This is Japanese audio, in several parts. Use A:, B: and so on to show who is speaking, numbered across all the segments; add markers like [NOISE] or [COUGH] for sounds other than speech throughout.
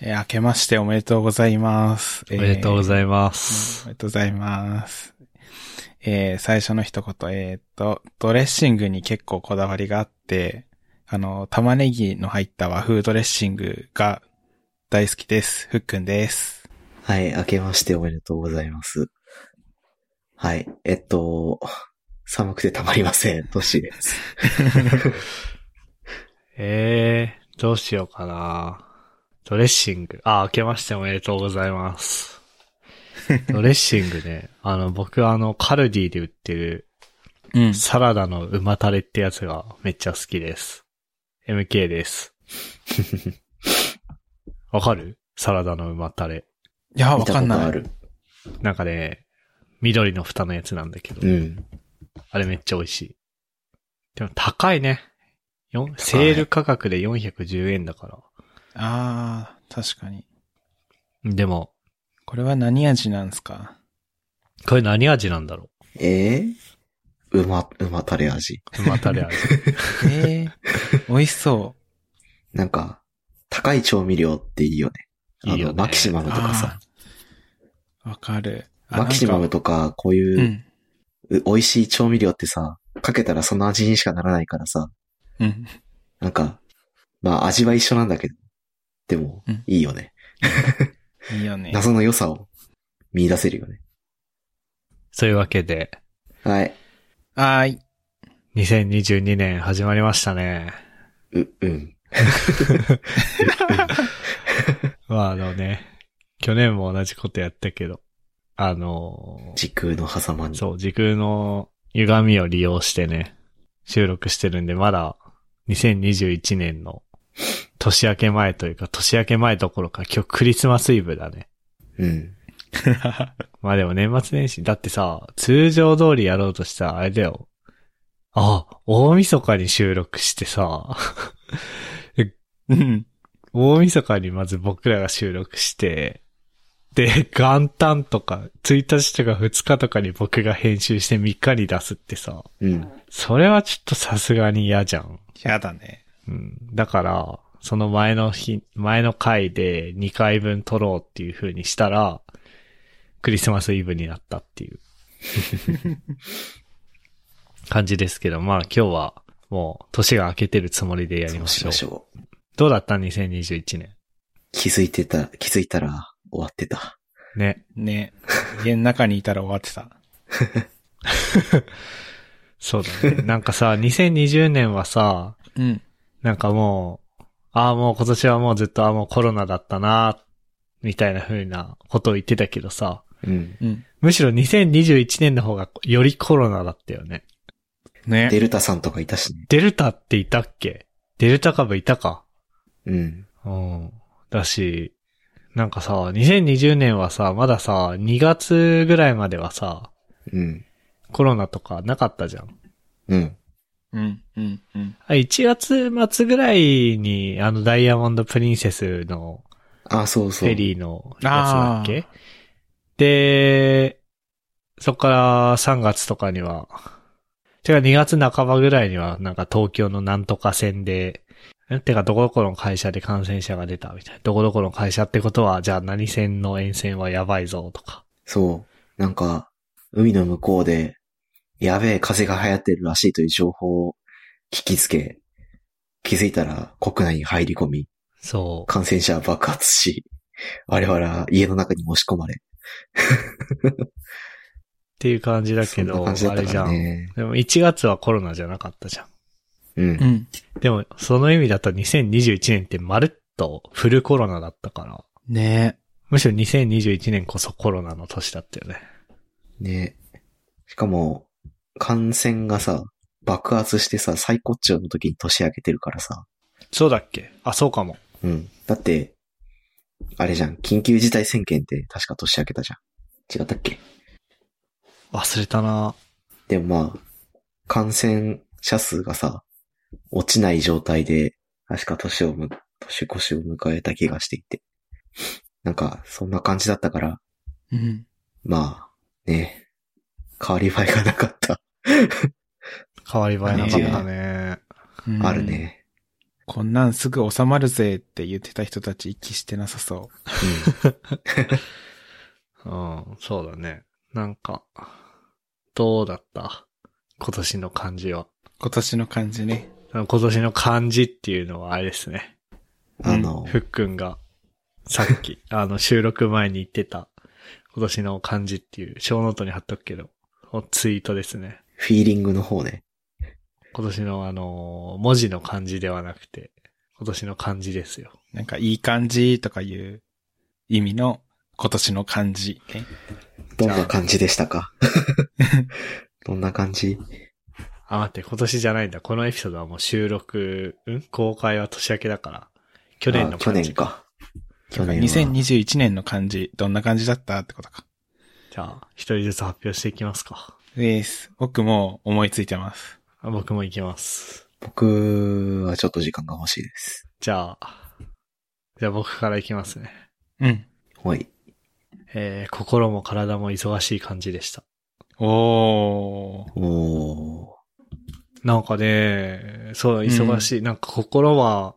A: えー明けましておめでとうございます。お
B: おめでとうご
A: い
B: ざいま
A: ます。お
B: す。
A: めでとうございます。えー最初の一言、えーっと、ドレッシングに結構こだわりがあって、あの、玉ねぎの入った和風ドレッシングが大好きです。ふっくんです。
C: はい、明けましておめでとうございます。はい、えっと、寒くてたまりま
A: [LAUGHS]
C: せん、年です。
B: えー、どうしようかな。ドレッシング。あ、明けましておめでとうござい [LAUGHS] ます。ドレッシングね。あの、僕あの、カルディで売ってる
A: うん。
B: サラダのうまタレってやつがめっちゃ好きです。MK です。 [LAUGHS] わかるサラダのうまタレ。
A: いや、わ
C: 見た
A: か
C: こ
A: ん
C: と
A: な
C: あ
A: い。
C: る。
B: なんかね、緑の蓋のやつなんだけど。
C: うん。
B: あれめっちゃ美味しい。でも高いね。よんセール価格で410円だから。
A: あー、確かに。
B: でも、
A: これは何味なんですか
B: これ何味なんだろ
C: えー、うま、うまタレ味。
B: うまたれ [LAUGHS] 味。
A: えー、
C: [LAUGHS]
A: 美味しそ
C: なんか、高い調味料っていいよね。あの、
B: いいよね
C: マキシマ
A: う。
C: ムとかさ。
A: あー。わかる。あ
C: マキシマ
A: な
C: ム
A: んか
C: とか、こういうう、
A: ん。
C: う美味しい調味料ってさ、かけたらその味にしかならないからさ、
A: うん。
C: なんか、まあ味は一緒なんだけど、でも
A: うん、
C: いいよね。
A: いいよね。
C: 謎の良さを見出せるよね。
B: そういうわけで、
C: はい。
A: はーい。
B: 2022年始まりましたね。
C: う、うん。
B: まああのね、去年も同じことやったけど、あのー
C: 時空の狭間に。
B: そう、時空の歪みを利用してね、収録してるんで、まだ2021年の年明け前というか、年明け前どころか今日クリスマスイブだね。
C: うん。
B: まあでも年末年始、だってさ、通常通りやろうとしたらあれだよ。あ、大晦日に収録してさ、 [LAUGHS]
A: うん。
B: 大晦日にまず僕らが収録して、で、元旦とか、1日とか2日とかに僕が編集して3日に出すってさ、
C: うん。
B: それはちょっとさすがに嫌じゃん。
A: やだね。
B: うん。だから、その前の日、前の回で2回分撮ろうっていう風にしたら、クリスマスイブになったっていう
C: [LAUGHS]
B: 感じですけど、まあ今日はもう年が明けてるつもりでやり
C: そ
B: ま
C: う
B: し
C: し
B: ょう。
C: ましょう。
B: どうだった ?2021 年。
C: 気づいてた、気づいたら終わってた。
B: ね。
A: ね。家の中にいたら終わってた。
B: そうだ
C: [LAUGHS]
B: ね。なんかさ、2020年はさ、
A: うん。
B: なんかもう、ああ、もう今年はもうずっと、ああ、もうコロナだったな、みたいな風なことを言ってたけどさ、
C: うん。
A: うん。
B: むしろ2021年の方がよりコロナだったよね。
C: デ
A: ね。
C: ルタさんとかいたしね。
B: デルタっていたっけデルタ株いたか。
C: うん。
B: うん。だし、なんかさ、2020年はさ、まださ、2月ぐらいまではさ、
C: うん。
B: コロナとかなかったじゃん。
C: うん。
A: うん。うん。うん。
B: あ1月末ぐらいに、あの、ダイヤモンドプリンセスの
C: あ、そう
B: フ
C: そう。
B: ェリーのやつだっけで、そっから3月とかには、てか2月半ばぐらいにはなんか東京のなんとか線で、んてかどこどこの会社で感染者が出たみたいな。どこどこの会社ってことは、じゃあ何線の沿線はやばいぞとか。
C: そう。なんか、海の向こうで、やべえ風が流行ってるらしいという情報を聞きつけ、気づいたら国内に入り込み、
B: そう。
C: 感染者は爆発し、我々は家の中に押し込まれ。
B: っていう感じだけ
C: そんな
B: ど、
C: 感じだ
B: あ
C: った
B: れ
C: か
B: じゃ
C: ら
B: ん。
C: ね。
B: でも1月はコロナじゃなかったじゃん。
C: うん
A: う。ん。
B: でも、その意味だと2021年ってまるっとフルコロナだったから、
A: ね
B: むしろ2021年こそコロナの年だったよね。
C: ね。しかも、感染がさ、爆発してさ、最高潮の時に年明けてるからさ。
B: そうだっけあ、そうかも。
C: うん。だって、あれじゃん、緊急事態宣言って確か年明けたじゃん。違ったっけ
B: 忘れたな
C: でもまあ、感染者数がさ、落ちない状態で、確か年をむ、年越しを迎えた気がしていて。なんか、そんな感じだったから、
A: え。うん。
C: まあ、ね、変わり映えがなかった。
B: 変わり映えなかったね。
A: うん
C: ある。ね。
A: こんなんすぐ収まるぜって言ってた人たち息してなさそ
B: うん、そうだね。なんか、どうだった今年の漢字は。
A: う。今年の感じね。
B: 今年の漢字っていうのはあれですね。
C: うん。あの、
B: ふっくんが、さっ [LAUGHS] き、あの、収録前に言ってた、今年の漢字っていう、小ノートに貼っとくけど、このツイートですね。
C: フィーリングの方ね。
B: 今年のあのー、文字の漢字ではなくて、今年の漢字ですよ。
A: なんかいい感じとかいう意味の今年の漢字ね。
C: どんな感じでしたかどんな感じ
B: あ、待って、今年じゃないんだ。このエピソードはもう収録、ん公開は年明けだから。去年の
C: あ去
B: 漢
C: 年
B: 字。
C: か。去年は。
A: 2021年の漢字、どんな感じだったってことか。
B: じゃあ、一人ずつ発表していきますか。
A: です。僕も思いついてます。
B: あ僕も行きます。
C: 僕はちょっと時間が欲しいです。
B: じゃあ、じゃあ僕から行きますね。
A: うん。
C: はい。
B: えー、心も体も忙しい感じでした。
A: おー。
C: おー。
B: なんかね、そう、
A: ん
B: 忙しい。なんか心は、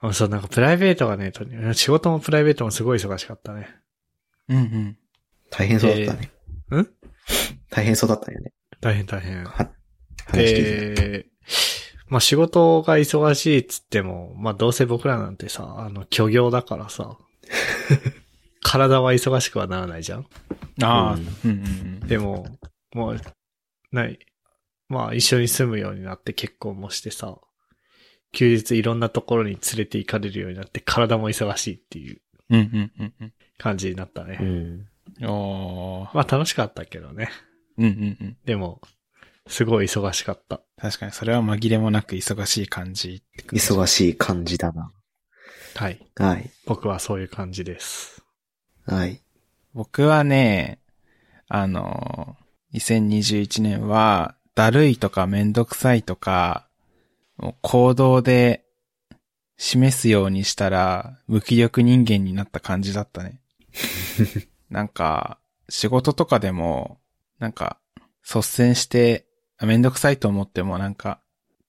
B: あそう、なんかプライベートがね、と仕事もプライベートもすごい忙しかったね。
A: うんうん。
C: 大変そうだったね。
B: えーん
C: 大変そうだったよね。
B: 大変大変。
C: は、話聞いて。
B: で、まあ仕事が忙しいっつっても、まあどうせ僕らなんてさ、あの、虚業だから
C: [LAUGHS]
B: さ、体は忙しくはならないじゃん
A: ああ、う
C: うんん
A: うんうん。
B: でも、もう、ない。まあ一緒に住むようになって結婚もしてさ、休日いろんなところに連れて行かれるようになって体も忙しいっていう
A: うんうんうん
B: 感じになったね。
C: うん。
A: うん。おー。
B: まあ楽しかったけどね。
A: うんうんうん。
B: でも、すごい忙しかった。
A: 確かに、それは紛れもなく忙しい感じって感じ。
C: 忙しい感じだな。
B: はい。
C: はい。
B: 僕はそういう感じです。
C: はい。
A: 僕はね、あの、2021年は、だるいとかめんどくさいとか、もう行動で示すようにしたら、無気力人間になった感じだったね。なんか、仕事とかでも、なんか、率先して、あめんどくさいと思ってもなんか、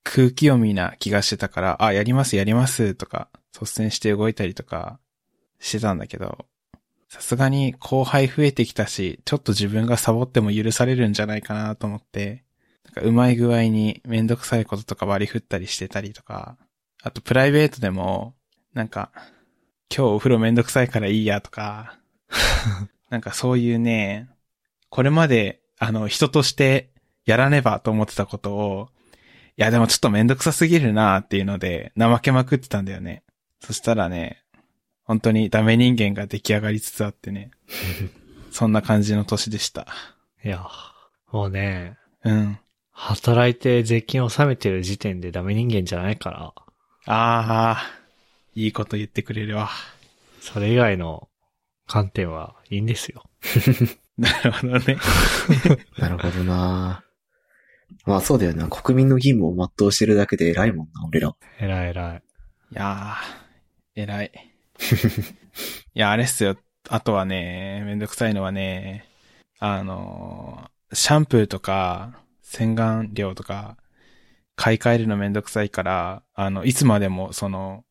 A: 空気読みな気がしてたから、あ、やりますやりますとか、率先して動いたりとかしてたんだけど、さすがに後輩増えてきたし、ちょっと自分がサボっても許されるんじゃないかなと思って、なんかうまい具合にめんどくさいこととか割り振ったりしてたりとか、あとプライベートでも、なんか、今日お風呂めんどくさいからいいやとか、なんかそういうね、これまで、あの、人としてやらねばと思ってたことを、いやでもちょっとめんどくさすぎるなっていうので、怠けまくってたんだよね。そしたらね、本当にダメ人間が出来上がりつつあってね。そんな感じの年でした。
B: いや、もうね、
A: うん。
B: 働いて税金を納めてる時点でダメ人間じゃないから、
A: ああ、いいこと言ってくれるわ。
B: それ以外の観点はいいんですよ。
A: なるほどね。
C: なるほどなまあそうだよな。国民の義務を全うしてるだけで偉いもんな、俺ら。
B: 偉い偉い。
A: いやー、偉い。いや、あれっすよ。あとはね、めんどくさいのはね、あのー、シャンプーとか、洗顔料とか、買い替えるのめんどくさいから、あの、いつまでも、その、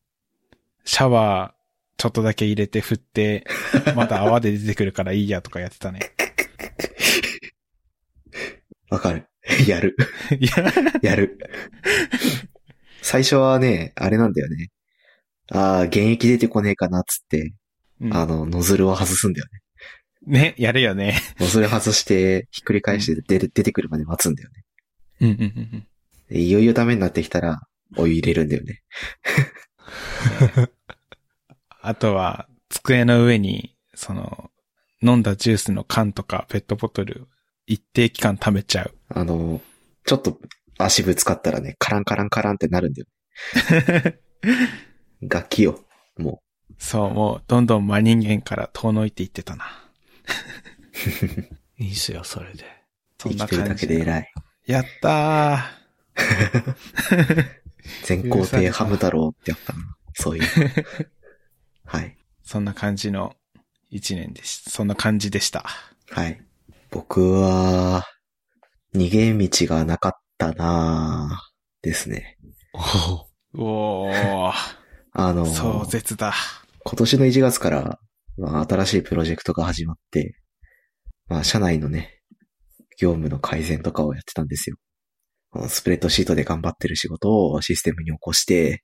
A: シャワー、ちょっとだけ入れて振って、また泡で出てくるからいいやとかやってた
C: [LAUGHS]
A: ね。
C: わかる。 [LAUGHS] やる。
A: いや、
C: やる。最初はね、あれなんだよね。ああ、現役出てこねえかな、つって、
A: うん
C: あの、ノズルを外すんだよね。
A: ね、やるよね。
C: ノズル外して、ひっくり返して出る出てくるまで待つんだよね。
A: うんうんうんうん。
C: でいよいよダメになってきたら、お湯入れるんだよね。
A: あとは、机の上に、その、飲んだジュースの缶とかペットボトル、一定期間溜めちゃう。
C: あの、ちょっと足ぶつかったらね、カランカランカランってなるんだよ。
A: [LAUGHS]
C: 楽器よ。も
A: そう、もう、どんどん真人間から遠のいていってたな。
B: いいっすよ、それで。
C: う、
A: そん
C: 生き
A: な
C: てるだ
A: 感じ。
C: けで偉い。
A: やったー。
C: 全皇帝ハム太郎ってやったな。そ
A: [LAUGHS]
C: ういう。はい。
A: そんな感じの一年でした。そんな感じでした。
C: はい。僕は、逃げ道がなかったなぁですね。
B: おお。
A: おー、
C: あの、
A: 壮絶だ。
C: 今年の1月から、まあ、新しいプロジェクトが始まって、まあ、社内のね、業務の改善とかをやってたんですよ。このスプレッドシートで頑張ってる仕事をシステムに起こして、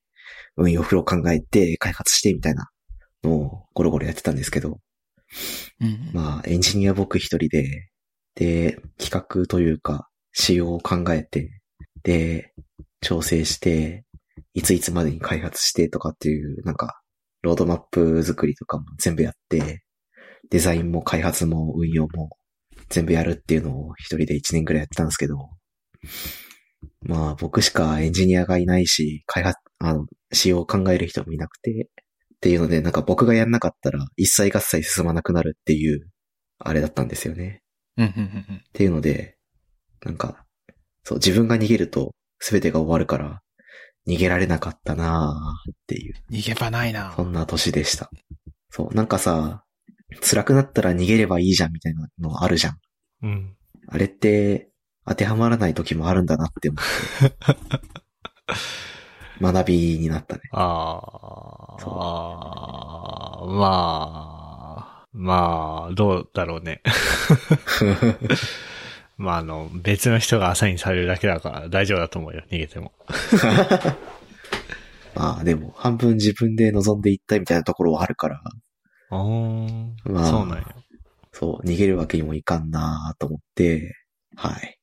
C: 運用フロー考えて、開発してみたいなのをゴロゴロやってたんですけど、
A: うん。
C: まあ、エンジニア僕一人で、で、企画というか、仕様を考えて、で、調整して、いついつまでに開発してとかっていう、なんか、ロードマップ作りとかも全部やって、デザインも開発も運用も全部やるっていうのを一人で一年くらいやってたんですけど、まあ僕しかエンジニアがいないし、開発、あの、仕様を考える人もいなくて、っていうので、なんか僕がやんなかったら一切合切進まなくなるっていう、あれだったんですよね。
A: うん、うん、うん
C: っていうので、なんか、そう、自分が逃げると全てが終わるから、逃げられなかったなーっていう。
A: うん。逃げ場ないな
C: そ。んな年でした。そう、なんかさ、辛くなったら逃げればいいじゃんみたいなのあるじゃん。
B: うん。
C: あれって、当てはまらない時もあるんだなって思って。学びになったね。
B: あー
C: そう
B: あー、まあ、まあ、どうだろう [LAUGHS] ね。まあ、あの、別の人がアサインされるだけだから大丈夫だと思うよ、逃げても。
C: まあでも、半分自分で望んでいったみたいなところはあるから、
B: あー、
C: まあ
B: そうなんや。
C: そう、逃げるわけにもいかんなと思って、はい。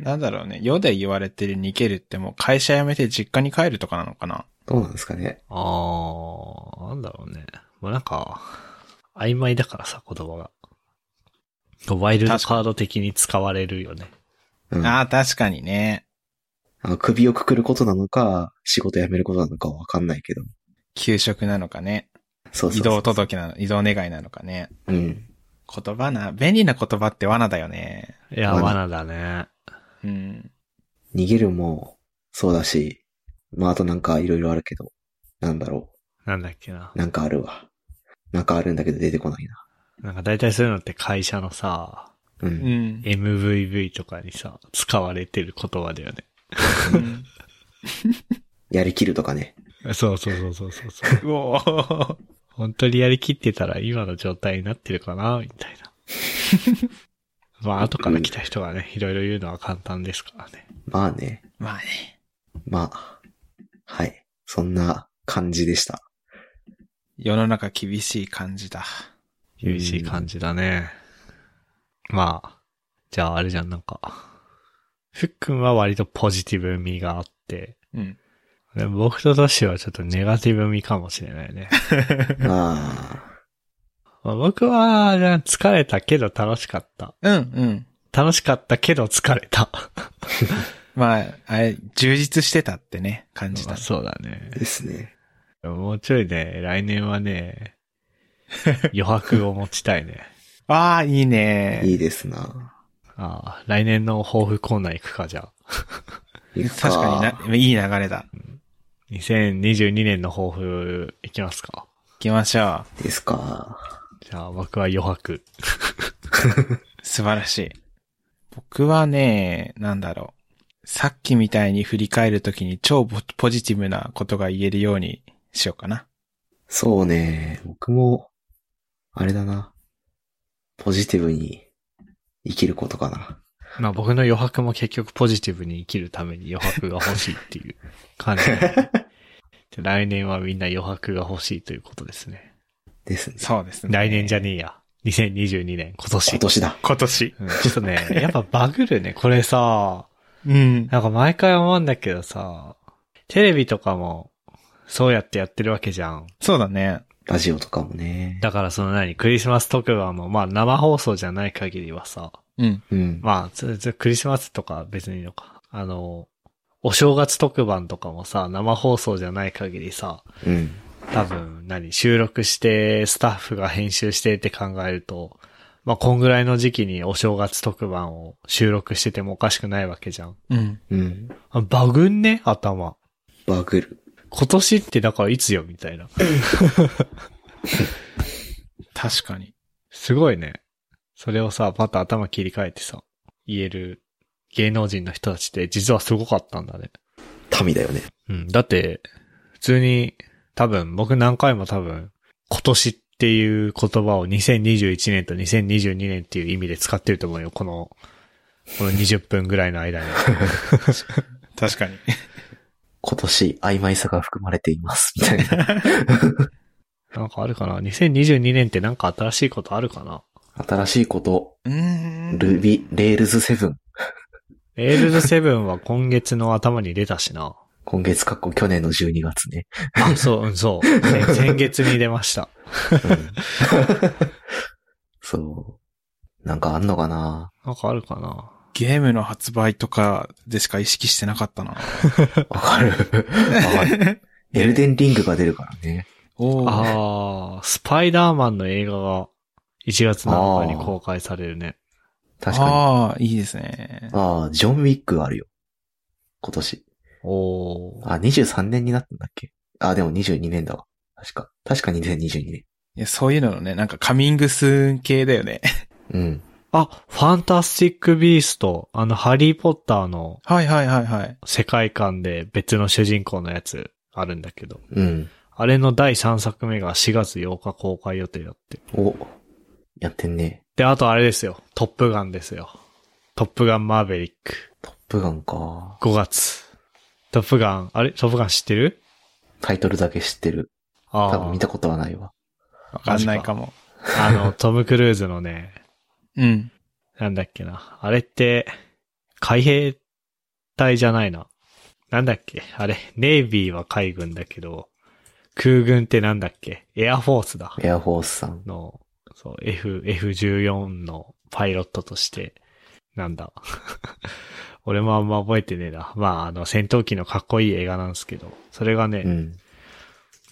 A: なんだろうね。世で言われてる逃げるってもう会社辞めて実家に帰るとかなのかな
C: どうなんですかね。
B: ああ、なんだろうね。もうなんか、曖昧だからさ、言葉が。こうワイルドカード的に使われるよね。
C: うん、
A: ああ、確かにね。
C: あ首をくくることなのか、仕事辞めることなのかはわかんないけど。
A: 休職なのかね。
C: そうそう
A: 移
C: そう
A: 動届なの、移動願いなのかね。
C: うん。
A: 言葉な、便利な言葉って罠だよね。
B: いや、
C: 罠
B: 罠だね。
A: うん。
C: 逃げるも、そうだし、まああとなんかいろいろあるけど、なんだろ
B: なんだっけな
C: う。。なんかあるわ。なんかあるんだけど出てこないな。
B: なんか大体そういうのって会社のさ、
C: う。
A: うんん。
B: MVV とかにさ、使われてる言葉だよね。
A: うん
C: やりきるとかね。
B: そうそうそうそう [LAUGHS] そうそう。
A: うおー [LAUGHS]
B: 本当にやりきってたら今の状態になってるかな、みた [LAUGHS] いな。まあ、後から来た人がね、いろいろ言うのは簡単ですからね。
C: まあね。
A: まあね。
C: まあ。はい。そんな感じで
A: [LAUGHS]
C: した。
A: 世の中厳しい感じだ。
B: 厳しい感じだね。まあ、じゃああれじゃん、なんか。ふっくんは割とポジティブ味があって、
A: うん。
B: で僕とトシはちょっとネガティブ味かもしれないね。 [LAUGHS]
C: あ
B: まあ僕は、じゃあ疲れたけど楽しかった。
A: うん、うん。
B: 楽しかったけど疲れた。
A: まあ、あれ、充実してたってね、感じ
B: [LAUGHS]
A: た
B: まあ。そうだね
C: あ。。ですね。
B: もうちょいね、来年はね、余白を持ちたいね。 [LAUGHS]
A: ああ、いいね。
C: いいですな。
B: ああ、来年の抱負コーナー行くか、じゃあ。
C: 行く
A: 確かにな、いい流れだ。
B: 2022年の抱負行きますか。
A: 行きましょ
C: に。ですか。
B: じゃあ僕は余白。
A: う。素晴らしい。僕はね、なんだろう。さっきみたいに振り返るときに超ポポジティブなことが言えるようにしようかな。
C: そうね。僕も、あれだな。ポジティブに生きることか [LAUGHS] な。
B: まあ僕の余白も結局ポジティブに生きるために余白が欲しいっていう感じ。で来年はみんな余白が欲しいということですね。
C: ですね。
A: そうですね。
B: 来年じゃねえや。2022年、今年。
C: 今年だ。
A: 今年。
B: うんちょっとね、やっぱバグるね。これさ、
A: うん。
B: なんか毎回思うんだけどさ、テレビとかも、そうやってやってるわけじゃん。
A: そうだね。
C: ラジオとかもね。
B: だからその何、クリスマス特番も、まあ生放送じゃない限りはさ、
A: うん。
C: うん。
B: まあ、つつクリスマスとか別にいいのか。あの、お正月特番とかもさ、生放送じゃない限りさ、
C: うん。
B: 多分何、収録して、スタッフが編集してって考えると、まあ、こんぐらいの時期にお正月特番を収録しててもおかしくないわけじゃん。
A: うん。
C: うん。
B: あバグんね頭。
C: バグる。
B: 今年ってだからいつよみたいな。
A: 確かに。
B: すごいね。それをさ、パッと頭切り替えてさ、言える芸能人の人たちって実はすごかったんだね。
C: 民だよね。
B: うん。だって、普通に、多分、僕何回も多分、今年っていう言葉を2021年と2022年っていう意味で使ってると思うよ。この、この20分ぐらいの [LAUGHS] 間に。
A: 確かに。
C: 今年曖昧さが含まれています、みたい [LAUGHS] な。
B: なんかあるかな ?2022 年ってなんか新しいことあるかな
C: 新しいこと、
A: うーん。
C: Ruby、Rails7。
B: レールズ7は今月の頭に出たしな。
C: 今月かっこ去年の12月ね。
B: あ、そう、うん、そう。先先月に出ました。
C: そう。なんかあんのかな
B: なんかあるかな
A: ゲームの発売とかでしか意識してなかったな。
C: わか [LAUGHS] る。わかる。エルデンリングが出るからね。
A: [LAUGHS] おー。
B: ああ、スパイダーマンの映画が1月7日に公開されるね。
C: 確かに。あ
A: ああ、いいですね。
C: あー、ジョン・ウィックあるよ。今年。
B: おー。
C: あ、23年になったんだっけあ、でも22年だわ。確か。確か2022年。
A: いやそういうののね、なんかカミングスーン系だよね。
C: うん。
B: あ、ファンタスティック・ビースト、あの、ハリー・ポッターの
A: [LAUGHS] はいはいはいはい。
B: 世界観で別の主人公のやつあるんだけど、
C: うん。
B: あれの第3作目が4月8日公開予定だって。
C: お、やってんね。
B: で、あとあれですよ、トップガンですよ。トップガン・マーベリック、
C: トップガンか。
B: 5月。トップガン、あれトップガン知ってる
C: タイトルだけ知ってる。
B: あ
C: 多分
B: あ
C: 見、たことはないわ。
A: わかんないかも。
B: あの、トム・クルーズのね、
A: うん。
B: なんだっけな。あれって、海兵隊じゃないな。なんだっけあれ、ネイビーは海軍だけど、空軍ってなんだっけエアフォースだ。
C: エアフォースさん。
B: の、そう、F、F14 のパイロットとして、なんだ。 [LAUGHS] 俺もあんま覚えてねえな。まあ、あの、戦闘機のかっこいい映画なんですけど、それがね、
C: うん。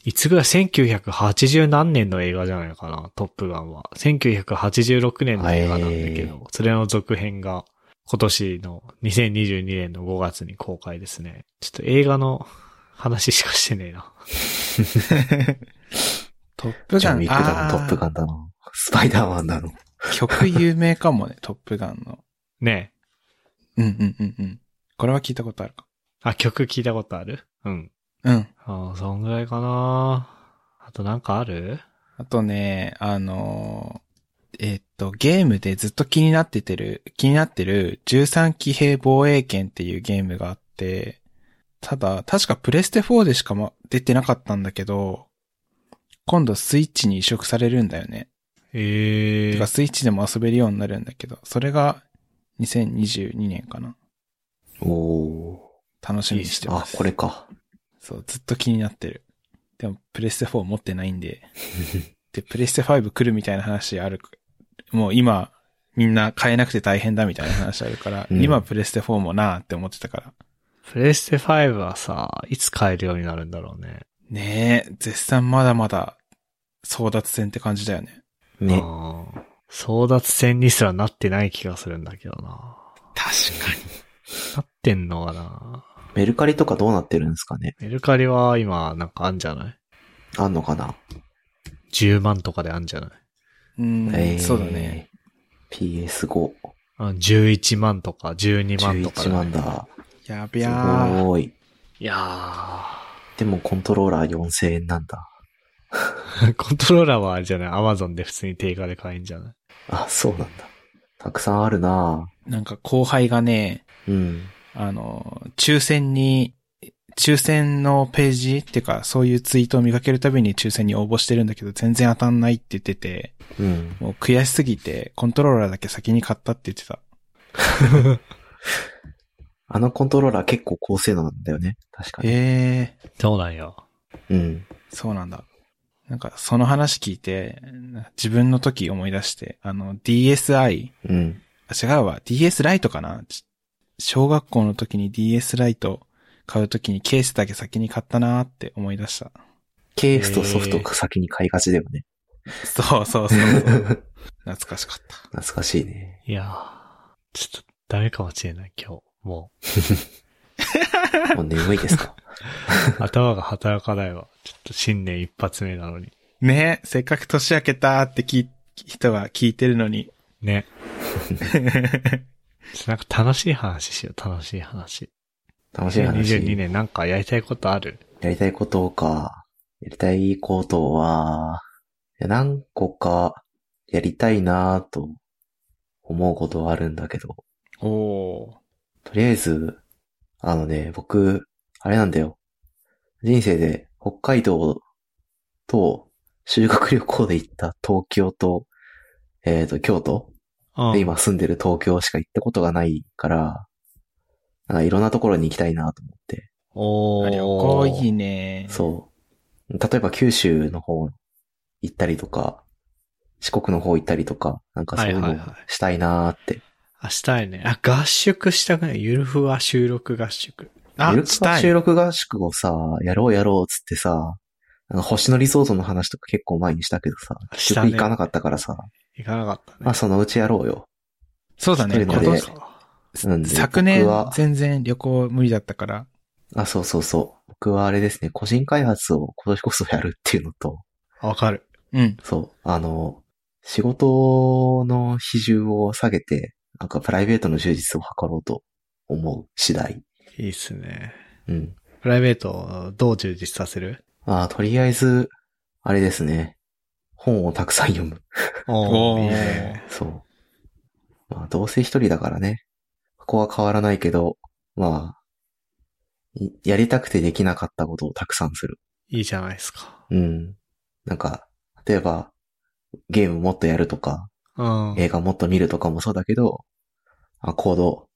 B: いつぐらい1980何年の映画じゃないかな、トップガンは。1986年の映画なんだけど、それの続編が今年の2022年の5月に公開ですね。ちょっと映画の話しかしてねえな。 [LAUGHS]
A: トップ
C: ジ
A: ガ
C: ョン・ウ
A: ン
C: ィッ。クだの、トップ
A: ン。
C: ガンだの、スパイダーマンだの。
A: 曲有名かもね、トップガンの。
B: ねえ。
A: うんうんうんうん。これは聞いたことあるか。
B: あ、曲聞いたことあるうん。
A: うん。
B: あーそんぐらいかなあとなんかある
A: あとね、あのー、えっと、ゲームでずっと気になっててる、気になってる13騎兵防衛権っていうゲームがあって、ただ、確かプレステ4でしかま出てなかったんだけど、今度スイッチに移植されるんだよね。
B: ええ
A: てかスイッチでも遊べるようになるんだけど、それが2022年かな。
C: おー。
A: 楽しみにしてま
C: あ、
A: す。
C: これか。
A: そう、ずっと気になってる。でも、プレステ4持ってないん
C: [LAUGHS]
A: で。で、プレステ5来るみたいな話ある。もう今、みんな買えなくて大変だみたいな話あるから、
C: うん
A: 今プレステ4もなーって思ってたから。
B: プレステ5はさ、いつ買えるようになるんだろうね。
A: ねえ、絶賛まだまだ争奪戦って感じだよね。
C: ね。
B: あー争奪戦にすらなってない気がするんだけどな。
C: 確かに。
B: なってんのかな
C: メルカリとかどうなってるんですかね
B: メルカリは今なんかあんじゃない
C: あんのかな
B: ?10 万とかであんじゃない
A: うん、
C: えー
A: そうだね。。
C: PS5。
B: あ ?11 万とか12万とか、
C: 11万。だ。
A: やべ
C: す
A: やー。
C: ごい。
B: いや
C: でもコントローラー4000円なんだ。
B: ー。 [LAUGHS] コントローラーはあれじゃない ?Amazon で普通に定価で買えんじゃない
C: あ、そうなんだ。たくさんあるな
A: なんか後輩がね、
C: うん。
A: あの、抽選に、抽選のページっていうか、そういうツイートを見かけるたびに抽選に応募してるんだけど、全然当たんないって言ってて、
C: うん。
A: もう悔しすぎて、コントローラーだけ先に買ったって言ってた。
C: あのコントローラー結構高性能なんだよね。確かに。
A: ええ
B: そうなんよ。
C: うん。
A: そうなんだ。なんか、その話聞いて、自分の時思い出して、あの、DSi、
C: うん。
A: あ違うわ、DS ライトかなち小学校の時に DS ライト買う時にケースだけ先に買ったなーって思い出した。
C: ケースとソフトを先に買いがちだよね。
A: そうそうそう
C: [LAUGHS]
A: そう。懐かしかった。
C: 懐かしいね。
B: いやー。ちょっとダメかもしれない今日。も
C: [LAUGHS] もう眠いで
A: [LAUGHS]
C: すか
B: う。頭が働かないわ。ちょっと新年一発目なのに。
A: ねせっかく年明けたってき、人が聞いてるのに。
B: ね。ちょっとなんか楽しい話しよう。楽しい話。
C: 楽しい話。
B: 2022年なんかやりたいことある
C: やりたいことか。やりたいことは、いや何個かやりたいなぁと思うことはあるんだけど、
A: おー。
C: とりあえず、あのね、僕、あれなんだよ。人生で北海道と修学旅行で行った東京と、えっ、と、京都
B: うん
C: で、。今住んでる東京しか行ったことがないから、なんかいろんなところに行きたいなと思って。
B: お
A: あ
B: ー。
A: 旅行いいね。
C: そう。例えば九州の方行ったりとか、四国の方行ったりとか、なんかそういうの
B: は
C: を
B: いはいはい
C: したいなーって。
B: あ、したいね。あ、合宿したくない。ゆるふわ収録合宿。
A: あ
C: ゆ、るく
A: したい
C: 収。録合宿をさ、やろうやろうっつってさ、なんか星野リゾートの話とか結構前にしたけどさ、
B: し
C: 結
B: たね
C: 局行かなかったからさ、
B: 行かなかったね。
C: まあそのうちやろうよ。
A: そうだね。
C: 一人
A: 今
C: の
A: 年
C: で、うんで
A: 昨
C: 僕
A: 年
C: は
A: 全然旅行無理だったから。
C: あ、そうそうそう。僕はあれですね、個人開発を今年こそやるっていうのと、
B: わかる。
A: うん。
C: そう、あの、仕事の比重を下げて、なんかプライベートの充実を図ろうと思う次第。
B: いいっすね。
C: うん。
B: プライベートをどう充実させる
C: まあ、とりあえず、あれですね。本をたくさん読む。
B: お
A: お
B: ー
A: ー
B: いいね。
C: そう。まあ、どうせ一人だからね。ここは変わらないけど、まあ、いやりたくてできなかったことをたくさんする。
B: いいじゃないですか。
C: うん。なんか、例えば、ゲームもっとやるとか、
B: うん。
C: 映画もっと見るとかもそうだけど、あコード、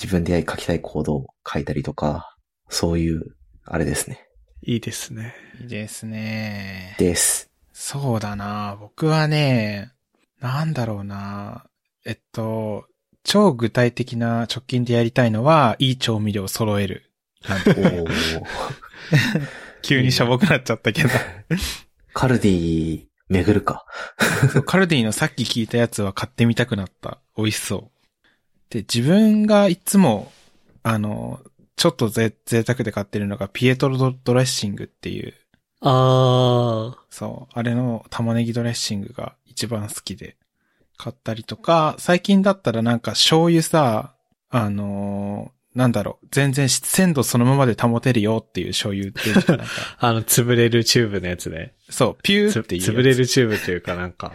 C: 自分で書きたいコードを書いたりとか、そういう、あれですね。
B: いいですね。
A: いいですね。
C: です。
A: そうだな。僕はね、なんだろうな。えっと、超具体的な直近でやりたいのは、いい調味料を揃える。なん
C: お
A: て
C: ー
A: 急にしょぼくなっちゃったけど。
C: カルディ、巡るか。
A: [LAUGHS] そうカルディのさっき聞いたやつは買ってみたくなった。美味しそう。で、自分がいつも、あの、ちょっとぜ贅沢で買ってるのが、ピエトロドドレッシングっていう、
B: あ
A: そう、あれの玉ねぎドレッシングが一番好きで買ったりとか、最近だったらなんか醤油さ、あのーなんだろう、全然鮮度そのままで保てるよっていう醤油っていうじゃん
B: [LAUGHS]
A: なんか
B: ー。あの、潰れるチューブのやつね。
A: そう、ピュ
B: つ
A: ーっていうやつ。
B: 潰れるチューブというかな
A: [LAUGHS]
B: んか、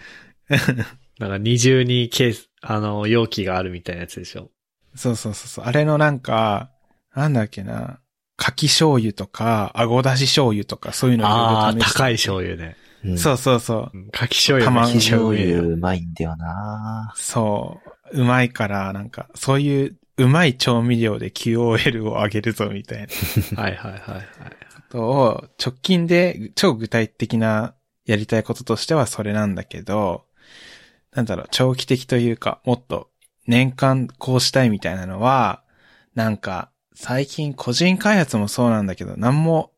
B: なんか二重にケース、あの、容器があるみたいなやつでしょ。
A: そうそうそうそう。あれのなんか、なんだっけな、柿醤油とか、あごだし醤油とか、そういうの
B: ああ、
A: 色々試して
B: 高い醤油ね。
C: うん、
A: そうそうそう
B: う。ん牡蠣醤油
A: 玉
B: も
A: ね
B: 非
A: ぎ
B: 常
C: 醤
B: に
C: 油うまいんだよな
A: そう。うまいから、なんか、そういう、うまい調味料で QOL を上げるぞ、みたいな
B: はいはいはいは
A: こ
B: い。
A: とを、直近で超具体的なやりたいこととしてはそれなんだけど、なんだろう、長期的というか、もっと年間こうしたいみたいなのは、なんか、最近個人開発もそうなんだけど、何も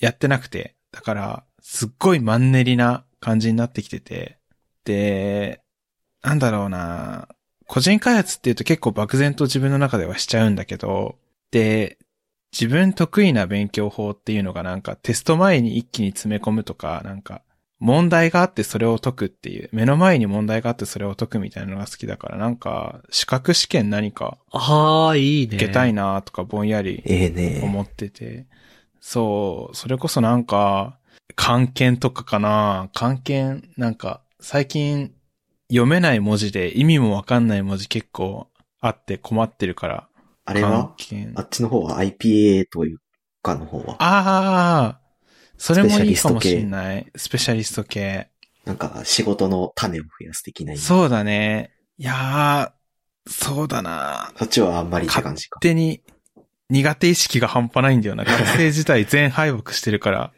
A: やってなくて、だから、すっごいマンネリな感じになってきてて、で、なんだろうな、個人開発っていうと結構漠然と自分の中ではしちゃうんだけど、で、自分得意な勉強法っていうのがなんかテスト前に一気に詰め込むとか、なんか問題があってそれを解くっていう、目の前に問題があってそれを解くみたいなのが好きだから、なんか資格試験何か
B: ああ、いいね。
A: 受けたいなとかぼんやり
C: ええね
A: 思ってて、そう、それこそなんか、漢検とかかな漢検、なんか、最近読めない文字で意味もわかんない文字結構あって困ってるから。
C: あ
A: あ
C: れは
A: 検
C: あっちの方は IPA というかの方は。
A: ああ、それもいいかもしんない。スペシャリスト系。
C: なんか仕事の種を増やす的な意味。
A: そうだね。いやー、そうだな。
C: そっちはあんまりって感じか
A: 勝。手に苦手意識が半端ないんだよな。学生時代全敗北してるから。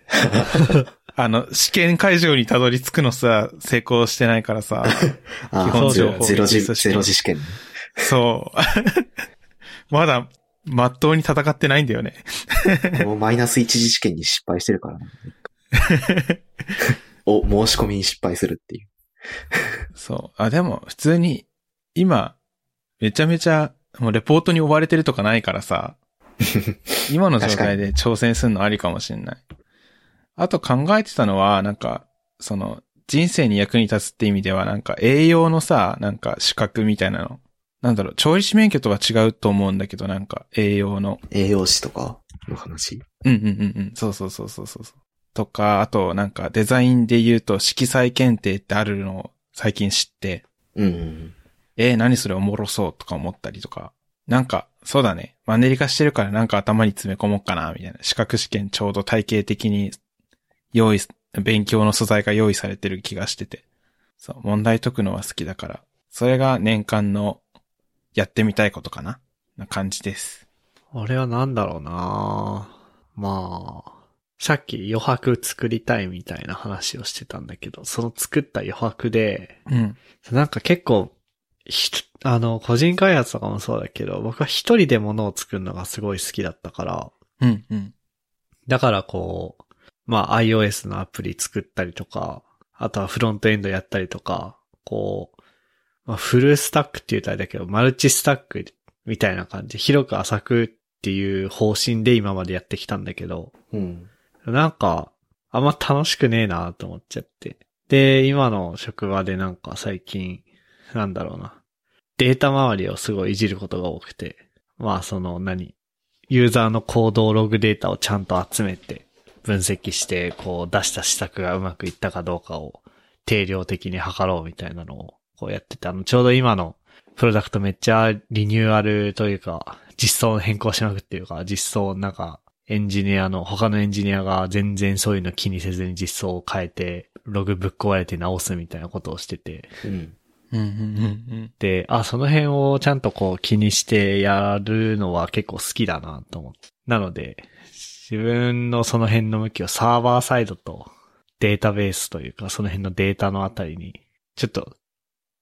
A: あの、試験会場にたどり着くのさ、成功してないからさ。
C: あ
A: 基
C: あ、
A: 本
C: ゼ
A: 情
C: ロ
A: 報
C: ゼロ次、
A: テスト試験
C: ゼロ次試験ね。
A: そう。 [LAUGHS] まだ、まっとうに戦ってないんだよね。
C: もうマイナス一次試験に失敗してるか
A: [LAUGHS]
C: らな。お、申し込みに失敗するっていう。
A: そう。あ、でも、普通に、今、めちゃめちゃ、もうレポートに追われてるとかないからさ、今の状態で挑戦するのありかもしんない。あと考えてたのは、なんか、その、人生に役に立つって意味では、なんか栄養のさ、なんか資格みたいなの、なんだろう、調理師免許とは違うと思うんだけど、なんか栄養の。
C: 栄養士とかの話。
A: うんうんうんうん。そうそうそうそうそうそう。とか、あとなんかデザインで言うと色彩検定ってあるのを最近知って、
C: うんうん
A: えー、何それおもろそうとか思ったりとか。なんか、そうだね。マンネリ化してるからなんか頭に詰め込もうかな、みたいな。資格試験ちょうど体系的に用意す、勉強の素材が用意されてる気がしてて。そう、問題解くのは好きだから。それが年間のやってみたいことかなな感じです。
B: 俺はなんだろうなまあ、さっき余白作りたいみたいな話をしてたんだけど、その作った余白で、
A: うん。
B: なんか結構、ひとあの、個人開発とかもそうだけど、僕は一人で物を作るのがすごい好きだったから、
A: うん、うん。
B: だからこう、まあ iOS のアプリ作ったりとか、あとはフロントエンドやったりとか、こう、まあフルスタックって言うとあれだけど、マルチスタックみたいな感じ、広く浅くっていう方針で今までやってきたんだけど、
C: うん。
B: なんか、あんま楽しくねえなと思っちゃって。で、今の職場でなんか最近、なんだろうな。データ周りをすごいいじることが多くて。まあその何ユーザーの行動ログデータをちゃんと集めて、分析して、こう出した施策がうまくいったかどうかを定量的に測ろうみたいなのをこうやってて、あの、ちょうど今のプロダクトめっちゃリニューアルというか、実装変更しまくっていうか、実装なんかエンジニアの、他のエンジニアが全然そういうの気にせずに実装を変えて、ログぶっ壊れて直すみたいなことをしてて、
C: うん。
A: うん、うん、うん、
B: で、あ、その辺をちゃんとこう気にしてやるのは結構好きだなと思って。なので、自分のその辺の向きをサーバーサイドとデータベースというか、その辺のデータのあたりに、ちょっと、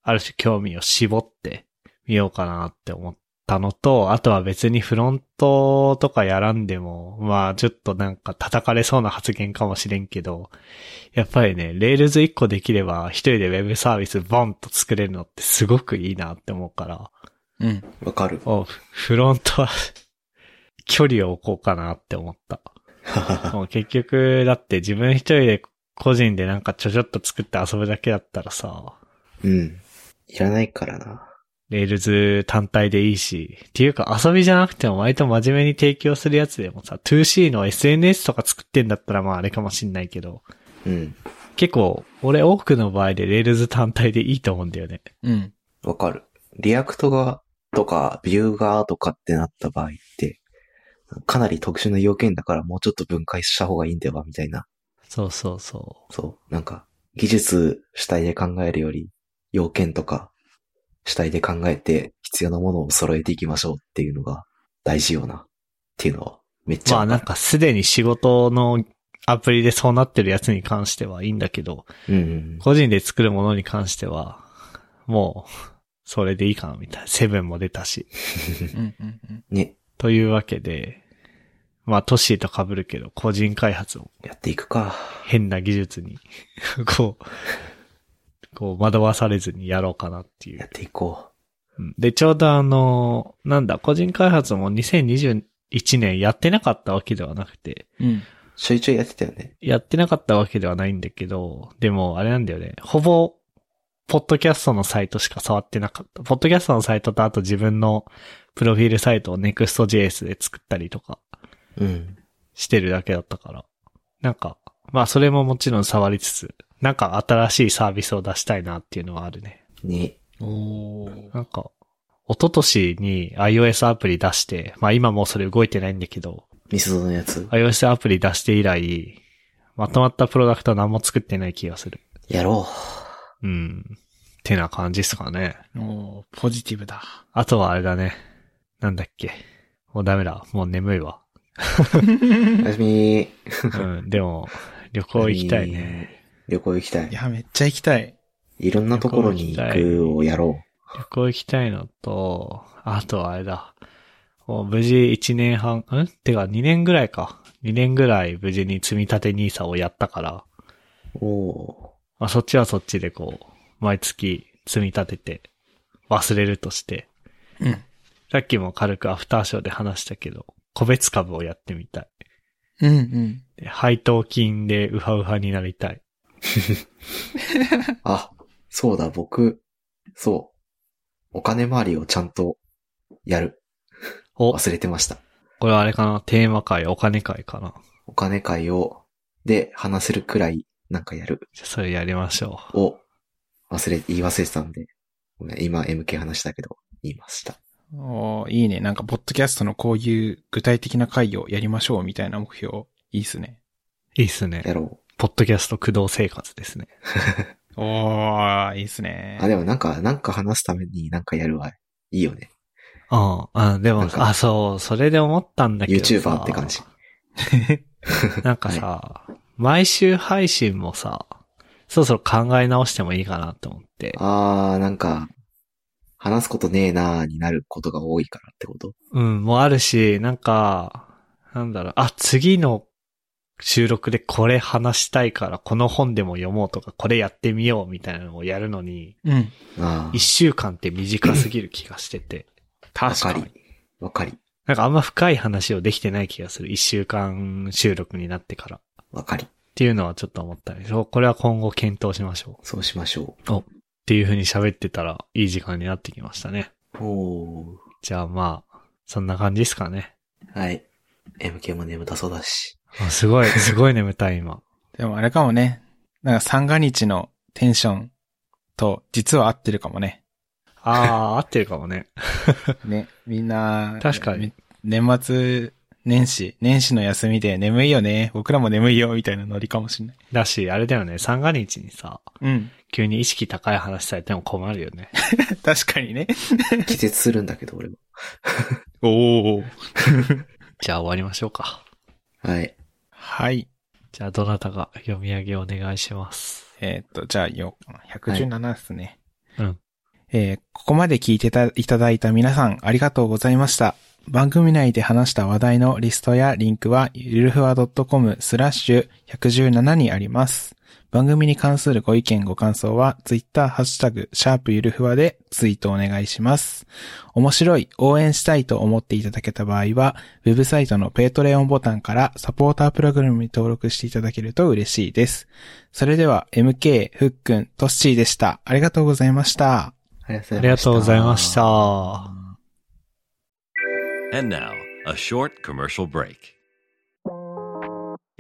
B: ある種興味を絞ってみようかなって思ったのと、あとは別にフロントとかやらんでも、まあちょっとなんか叩かれそうな発言かもしれんけど、やっぱりね、レールズ1個できれば一人でウェブサービスボンと作れるのってすごくいいなって思うから、
A: うん。うん。
C: わ
A: [LAUGHS]
C: かる。
B: おフロントは [LAUGHS] 距離を置こうかなって思った。もう結局、だって自分一人で個人でなんかちょちょっと作って遊ぶだけだったらさ、
C: うん。いらないからな。
B: レールズ単体でいいし、っていうか遊びじゃなくても割と真面目に提供するやつでもさ、2C の SNS とか作ってんだったらまああれかもしんないけど、
C: うん。
B: 結構俺多くの場合でレールズ単体でいいと思うんだよね。
A: うん。
C: わかる。リアクトが、とか、ビューが、とかってなった場合って、かなり特殊な要件だからもうちょっと分解した方がいいんだわ、みたいな。
B: そうそうそ
C: そう。なんか、技術主体で考えるより、要件とか、主体で考えて、必要なものを揃えていきましょうっていうのが大事よな。っていうのは、めっ
B: う。
C: ち
B: ま
C: ゃ
B: あ
C: わ
B: な
C: か
B: ん
C: る。
B: かすでに仕事のアプリでそうなってるやつに関してはいいんだけど、
C: うんうん。
B: 個人で作るものに関しては、もう、それでいいかなみたいな。セブンも出たし。
A: うん、うん。
C: ね、
B: というわけで、まあトッシーと被るけど、個人開発を
C: やっていくか。
B: 変な技術に、 [LAUGHS] こう、こう惑わされずにやろうかなってい
C: やっ
B: う。
C: ていこ
B: うんで、ちょうどあの、なんだ、個人開発も2021年やってなかったわけではなくて、
A: うん。
C: う。ちょいちょいやってたよね。
B: やってなかったわけではないんだけど、でもあれなんだよね。ほぼ、ポッドキャストのサイトしか触ってなかった。ポッドキャストのサイトとあと自分のプロフィールサイトを Next.js で作ったりとか
C: うん。
B: してるだけだったから。なんか、まあそれももちろん触りつつ、なんか新しいサービスを出したいなっていうのはあるね。
C: ね。
A: おー。
B: なんか、一昨年に iOS アプリ出して、まあ今もうそれ動いてないんだけど、
C: ミスドのやつ。
B: iOS アプリ出して以来、まとまったプロダクトは何も作ってない気がする。
C: やろ
B: うん。てな感じっすかね。
A: おー、ポジティブだ。 [LAUGHS]
B: あとはあれだね。なんだっけ。もうダメだ。もう眠いわ。
C: う。おやすみ。
B: うん。でも、旅行行きたいね。
C: 旅行行きた
A: い
C: い。
A: や、めっちゃ行きたい。
C: いろんなところに行くをやろ
B: 旅行行きたいのと、あとはあれだ。もう無事1年半、んてか2年ぐらいか。2年ぐらい無事に積み立て NISA をやったから、
C: う。おお
B: まあそっちはそっちでこう、毎月積み立てて、忘れるとして、
A: うん。
B: さっきも軽くアフターショーで話したけど、個別株をやってみたい。
A: うん、うん。
B: で配当金でウハウハになりたい。
C: ー。あ、そうだ、僕、そお金回りをちゃんとやる。
B: お、
C: 忘れてました。
B: これはあれかなテーマ会、お金会かな
C: お金会を、で、話せるくらい、なんかやる。
B: じゃあそれやりましょう。
C: を、忘れ、言い忘れてたんで、ごめん今 MK 話したけど、言いました。
A: おーいいね。なんか、ポッドキャストのこういう具体的な会をやりましょうみたいな目標、いいっすね。
B: いいっすね。
C: やろ
B: ポッドキャスト駆動生活ですね。
A: おー、いいっす
C: う
A: ね。。
C: あ、でもなんか、なんか話すためになんかやるわ。いいよね。
B: うん。あ、でも
C: なん、か
B: あ、そう、それで思ったんだけどさ。
C: YouTuber って感じ。
B: なんかさ、毎週配信もさ、そろそろ考え直してもいいかなって思って。
C: あー、なんか、話すことねえなーになることが多いからってこと
B: うん、もうあるし、なんか、なんだろう、あ、次の収録でこれ話したいから、この本でも読もうとか、これやってみようみたいなのをやるのに、
A: [LAUGHS] うん。
C: あー
B: 一週間って短すぎる気がして [LAUGHS] て。
A: 確かに
C: わ。わかり、
B: なんかあんま深い話をできてない気がする。一週間収録になってから。っ
C: わかり。
B: ていうのはちょっと思ったね。そう、これは今後検討しましょう。っ
C: そうしましょ
B: ていう風に喋ってたら、いい時間になってきましたね。
C: う。お
B: じゃあまあ、そんな感じですかね。
C: ー。はい。MK も眠たそうだし。
B: あす [LAUGHS] ごい、すごい眠たい今。
A: でもあれかもね。なんか三が日のテンションと実は合ってるかもね。
B: あー、合ってるかも [LAUGHS] ね。
A: ね。みんな。
B: 確かに
A: ね。年末、年始、年始の休みで眠いよね。僕らも眠いよ、みたいなノリかもしれない。
B: だし、あれだよね、三が日にさ、
A: うん。
B: 急に意識高い話されても困るよね。
A: 確かにね。
C: 気絶するんだけど、俺も。
A: おお。
B: じゃあ終わりましょうか。
C: はい。
A: はい。
B: じゃあどなたが読み上げお願いします。
A: えーっと、じゃあ、よ、117ですね。
B: はいうん。
A: えーここまで聞いてたいただいた皆さん、ありがとうございました。番組内で話した話題のリストやリンクは、ゆるふわ .com スラッシュ117にあります。番組に関するご意見ご感想は、ツイッターハッシュタグ、シャープゆるふわでツイートお願いします。面白い、応援したいと思っていただけた場合は、ウェブサイトのペイトレオンボタンからサポータープログラムに登録していただけると嬉しいです。それでは、MK、ふっくん、トッシーでした。ありがとうございました。
C: ありがとうございました。
B: ありがとうございました。
D: And now, a short commercial break.